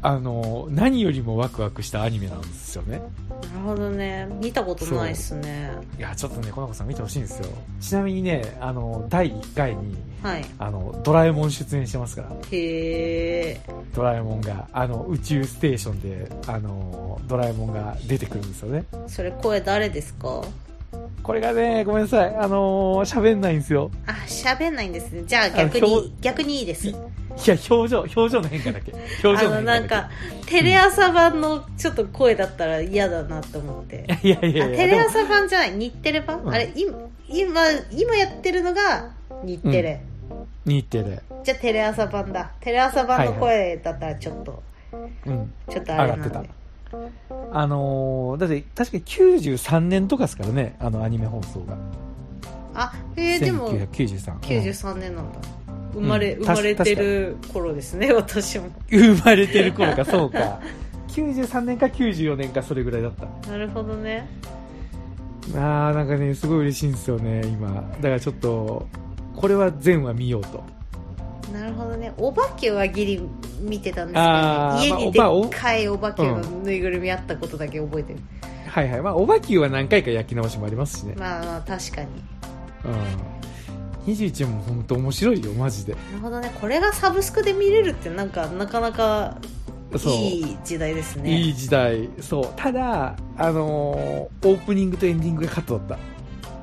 [SPEAKER 1] あの何よりもワクワクしたアニメなんですよね
[SPEAKER 2] なるほどね見たことないっすね
[SPEAKER 1] いやちょっとねこの子さん見てほしいんですよちなみにねあの第1回に
[SPEAKER 2] はい
[SPEAKER 1] あのドラえもん出演してますから
[SPEAKER 2] へえ
[SPEAKER 1] ドラえもんがあの宇宙ステーションであのドラえもんが出てくるんですよね
[SPEAKER 2] それ声誰ですか
[SPEAKER 1] これがねごめんなさいあの喋んないんですよ
[SPEAKER 2] あ喋んないんですねじゃあ逆
[SPEAKER 1] あ表
[SPEAKER 2] に逆にいいです
[SPEAKER 1] いいや表情表情の変化だけ表
[SPEAKER 2] あ
[SPEAKER 1] 情の変
[SPEAKER 2] の
[SPEAKER 1] 化だ
[SPEAKER 2] な
[SPEAKER 1] け
[SPEAKER 2] んかテレ朝版のちょっと声だったら嫌だなと思ってあ
[SPEAKER 1] いやいやいや
[SPEAKER 2] テレ
[SPEAKER 1] でも
[SPEAKER 2] 朝版じゃない日テレ版、
[SPEAKER 1] うん
[SPEAKER 2] あれ今今今やってるのが日テレ、
[SPEAKER 1] 日テレ、
[SPEAKER 2] じゃあテレ朝版だテレ朝版の声だったらちょっと、
[SPEAKER 1] うん、
[SPEAKER 2] ちょっとあ
[SPEAKER 1] 上
[SPEAKER 2] れ
[SPEAKER 1] が
[SPEAKER 2] な
[SPEAKER 1] って
[SPEAKER 2] ん
[SPEAKER 1] た
[SPEAKER 2] で。
[SPEAKER 1] あのーだって確かに93年とかですからね、あのアニメ放送が。
[SPEAKER 2] あえー、でも
[SPEAKER 1] 1993。うん
[SPEAKER 2] 93年なんだ生まれ、
[SPEAKER 1] うん
[SPEAKER 2] 生まれ
[SPEAKER 1] たして
[SPEAKER 2] る頃ですね 私も
[SPEAKER 1] 生まれてる頃か、そうか。93年か94年か、それぐらいだった。
[SPEAKER 2] なるほどね
[SPEAKER 1] あー、なんかね、すごい嬉しいんですよね、今。だからちょっと、これは全話見ようと。
[SPEAKER 2] なるほどねお化けはギリ見てたんですけ
[SPEAKER 1] あー
[SPEAKER 2] ど、ね、家に
[SPEAKER 1] まあお
[SPEAKER 2] でっかいお化けのぬいぐるみあったことだけ覚えてる、
[SPEAKER 1] はいはい。まあ、おばきゅうは何回か焼き直しもありますしね。
[SPEAKER 2] まあまあ確かに
[SPEAKER 1] うん。21も本当面白いよ、マジで。
[SPEAKER 2] なるほどねこれがサブスクで見れるってなんかなかなか
[SPEAKER 1] そう。
[SPEAKER 2] いい時代ですね
[SPEAKER 1] いい時代。そう。ただ、あのーオープニングとエンディングがカットだっ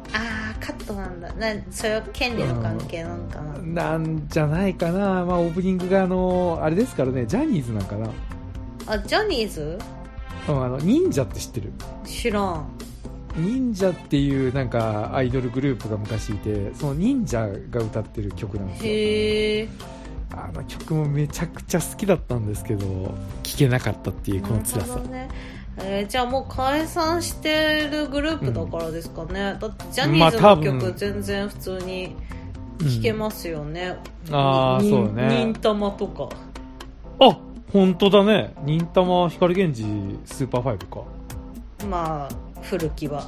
[SPEAKER 1] た。
[SPEAKER 2] ああカットなんだなそれは権利の関係なんかな、
[SPEAKER 1] なんじゃないかな、まあ、オープニングがあのあれですからねジャニーズなんかな、
[SPEAKER 2] あジャニーズ
[SPEAKER 1] うん、あの忍者って知ってる
[SPEAKER 2] 知らん
[SPEAKER 1] 忍者っていうなんかアイドルグループが昔いてその忍者が歌ってる曲なんですよ
[SPEAKER 2] へえ
[SPEAKER 1] あの曲もめちゃくちゃ好きだったんですけど聴けなかったっていうこの辛さ、
[SPEAKER 2] ねえーじゃあもう解散してるグループだからですかね、だってジャニーズ
[SPEAKER 1] まあ多
[SPEAKER 2] の
[SPEAKER 1] 分
[SPEAKER 2] 曲全然普通に聴け
[SPEAKER 1] す
[SPEAKER 2] ますよね、
[SPEAKER 1] ああ
[SPEAKER 2] に
[SPEAKER 1] そうね
[SPEAKER 2] 忍たまとか
[SPEAKER 1] あ本当だね忍たま光源氏スーパーファイブか
[SPEAKER 2] まあ古きは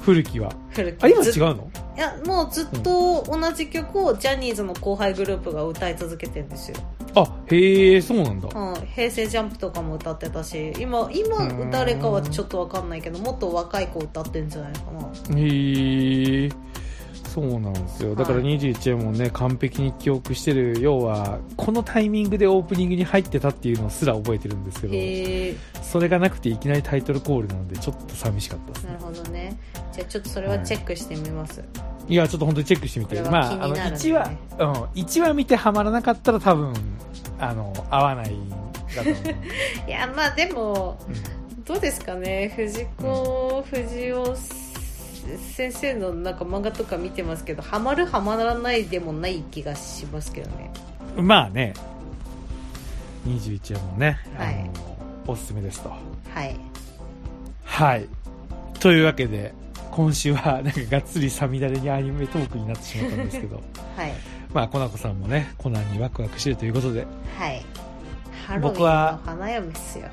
[SPEAKER 1] 古きは。
[SPEAKER 2] 古き
[SPEAKER 1] あ、今違
[SPEAKER 2] ず
[SPEAKER 1] うの
[SPEAKER 2] いやもうずっと同じ曲をジャニーズの後輩グループが歌い続けてるんですよ、
[SPEAKER 1] あ、へえ、そうなんだ。
[SPEAKER 2] うん、平成ジャンプとかも歌ってたし今今誰かはちょっとわかんないけどもっと若い子歌ってんじゃないかな
[SPEAKER 1] へえ。そうなんですよ。だから
[SPEAKER 2] はい
[SPEAKER 1] 21円もね、完璧に記憶してる。要は、このタイミングでオープニングに入ってたっていうのすら覚えてるんですけど。
[SPEAKER 2] へえ
[SPEAKER 1] それがなくていきなりタイトルコールなのでちょっと寂しかったです
[SPEAKER 2] な
[SPEAKER 1] ね
[SPEAKER 2] るほどねじゃあちょっとそれはチェックしてみます、
[SPEAKER 1] いやちょっと本当にチェックしてみ
[SPEAKER 2] こ
[SPEAKER 1] て
[SPEAKER 2] れ
[SPEAKER 1] ま
[SPEAKER 2] は気
[SPEAKER 1] ああの
[SPEAKER 2] になるんで
[SPEAKER 1] 1
[SPEAKER 2] す
[SPEAKER 1] 話
[SPEAKER 2] ね、
[SPEAKER 1] うん、1話見てハマらなかったら多分あ の合わないだと思う、
[SPEAKER 2] いやまあでもどうですかね藤子不二雄先生のなんか漫画とか見てますけどハマるハマらないでもない気がしますけどね
[SPEAKER 1] うんまあね21話もね、
[SPEAKER 2] はい
[SPEAKER 1] あのおすすめですと
[SPEAKER 2] はい
[SPEAKER 1] はいというわけで今週はなんかがっつりさみだれにアニメトークになってしまったんですけど
[SPEAKER 2] はい
[SPEAKER 1] まあコナコさんもねコナンにワクワクしてるということで
[SPEAKER 2] はいハロウィ
[SPEAKER 1] 僕
[SPEAKER 2] ンの
[SPEAKER 1] は
[SPEAKER 2] 花嫁っすよ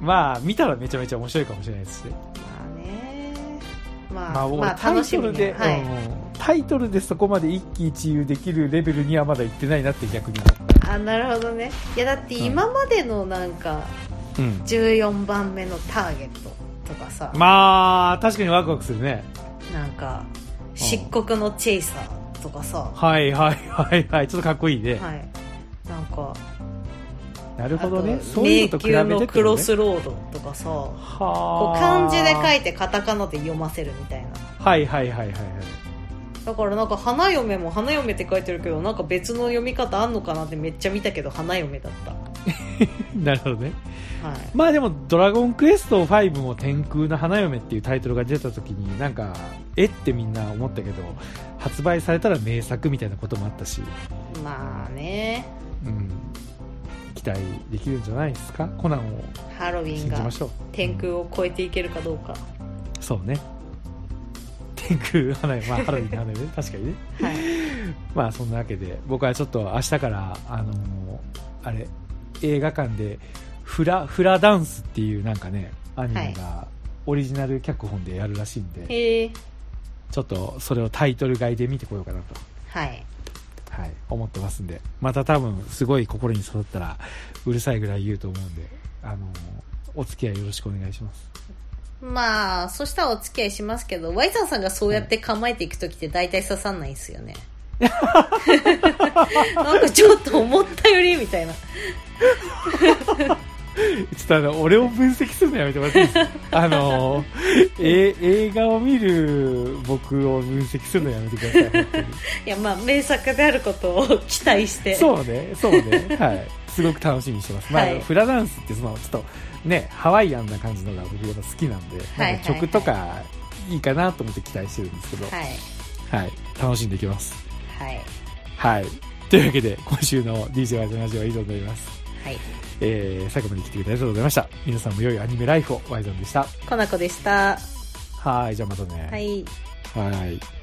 [SPEAKER 1] まあ見たらめちゃめちゃ面白いかもしれないですね
[SPEAKER 2] まあねまあ、
[SPEAKER 1] ま
[SPEAKER 2] ま
[SPEAKER 1] あ
[SPEAKER 2] あ、
[SPEAKER 1] 僕、タ
[SPEAKER 2] 楽
[SPEAKER 1] イ
[SPEAKER 2] し
[SPEAKER 1] ト
[SPEAKER 2] み
[SPEAKER 1] ル
[SPEAKER 2] に
[SPEAKER 1] で、
[SPEAKER 2] は
[SPEAKER 1] う
[SPEAKER 2] い
[SPEAKER 1] んタイトルでそこまで一喜一憂できるレベルにはまだ行ってないなって逆に、
[SPEAKER 2] あなるほどねいやだって今までのなんか
[SPEAKER 1] うん、
[SPEAKER 2] 14番目のターゲットとかさ、
[SPEAKER 1] まあ確かにワクワクするね
[SPEAKER 2] なんか漆黒のチェイサーとかさ、
[SPEAKER 1] はいはいはいはいちょっとかっこいいね、
[SPEAKER 2] はい。なんか、
[SPEAKER 1] なるほど
[SPEAKER 2] あ
[SPEAKER 1] ね
[SPEAKER 2] と
[SPEAKER 1] そういうのと比べて
[SPEAKER 2] 迷
[SPEAKER 1] って
[SPEAKER 2] 宮
[SPEAKER 1] こと
[SPEAKER 2] のクロス
[SPEAKER 1] ね
[SPEAKER 2] ロードとかさ、こ
[SPEAKER 1] は
[SPEAKER 2] う
[SPEAKER 1] あ
[SPEAKER 2] 漢字で書
[SPEAKER 1] はい
[SPEAKER 2] いてカタカナで読ませるみたいな。
[SPEAKER 1] はいはいはいはい
[SPEAKER 2] だからなんか花嫁も花嫁って書いてるけど、なんか別の読み方あんのかなってめっちゃ見たけど、花嫁だった。
[SPEAKER 1] なるほどね
[SPEAKER 2] はい。
[SPEAKER 1] まあでも「ドラゴンクエスト5」も「天空の花嫁」っていうタイトルが出た時になんかえってみんな思ったけど発売されたら名作みたいなこともあったし
[SPEAKER 2] まあね、
[SPEAKER 1] うん、期待できるんじゃないですかコナンを
[SPEAKER 2] ハロウィン
[SPEAKER 1] 信じ
[SPEAKER 2] が
[SPEAKER 1] ましょう
[SPEAKER 2] 天空を越えていけるかどうか。
[SPEAKER 1] そうね天空花嫁、まあ、ハロウィンの花嫁ね確かにね
[SPEAKER 2] はい。
[SPEAKER 1] まあそんなわけで僕はちょっと明日からあのーあれ映画館でフラフラダンスっていうなんかねアニメがオリジナル脚本でやるらしいんで、
[SPEAKER 2] へえ。
[SPEAKER 1] ちょっとそれをタイトル外で見てこようかなと
[SPEAKER 2] はい。
[SPEAKER 1] はい、思ってますんで、また多分すごい心に刺さったら、うるさいぐらい言うと思うんで、あの、お付き合いよろしくお願いします。
[SPEAKER 2] まあ、そしたらお付き合いしますけど、ワイザーさんがそうやって構えていくときって大体刺さんないんす よね。なんかちょっと思ったよりみたいな。
[SPEAKER 1] ちょっとあの、俺を分析するのやめてもらっていいですかあの、え、映画を見る僕を分析するのやめてください本当に。
[SPEAKER 2] いや、まあ、名作であることを期待して。う。
[SPEAKER 1] そうね、そうね、はい。すごく楽しみにしてます。まあ、
[SPEAKER 2] はい
[SPEAKER 1] フラダンスってその、ちょっと、ね、ハワイアンな感じのが僕やっぱ好きなんで、
[SPEAKER 2] はいは
[SPEAKER 1] な
[SPEAKER 2] いは
[SPEAKER 1] ん
[SPEAKER 2] い
[SPEAKER 1] か曲とかいいかなと思って期待してるんですけど、
[SPEAKER 2] はい。
[SPEAKER 1] はい、楽しんでいきます。
[SPEAKER 2] はい。
[SPEAKER 1] はい。というわけで、今週の DJ ワイズのラジオは以上になります。
[SPEAKER 2] はい。
[SPEAKER 1] えー、最後まで来てくれてありがとうございました。皆さんも良いアニメライフをワイドンでした。
[SPEAKER 2] コナコでした。
[SPEAKER 1] はい、じゃあまたね。
[SPEAKER 2] はい。
[SPEAKER 1] はい。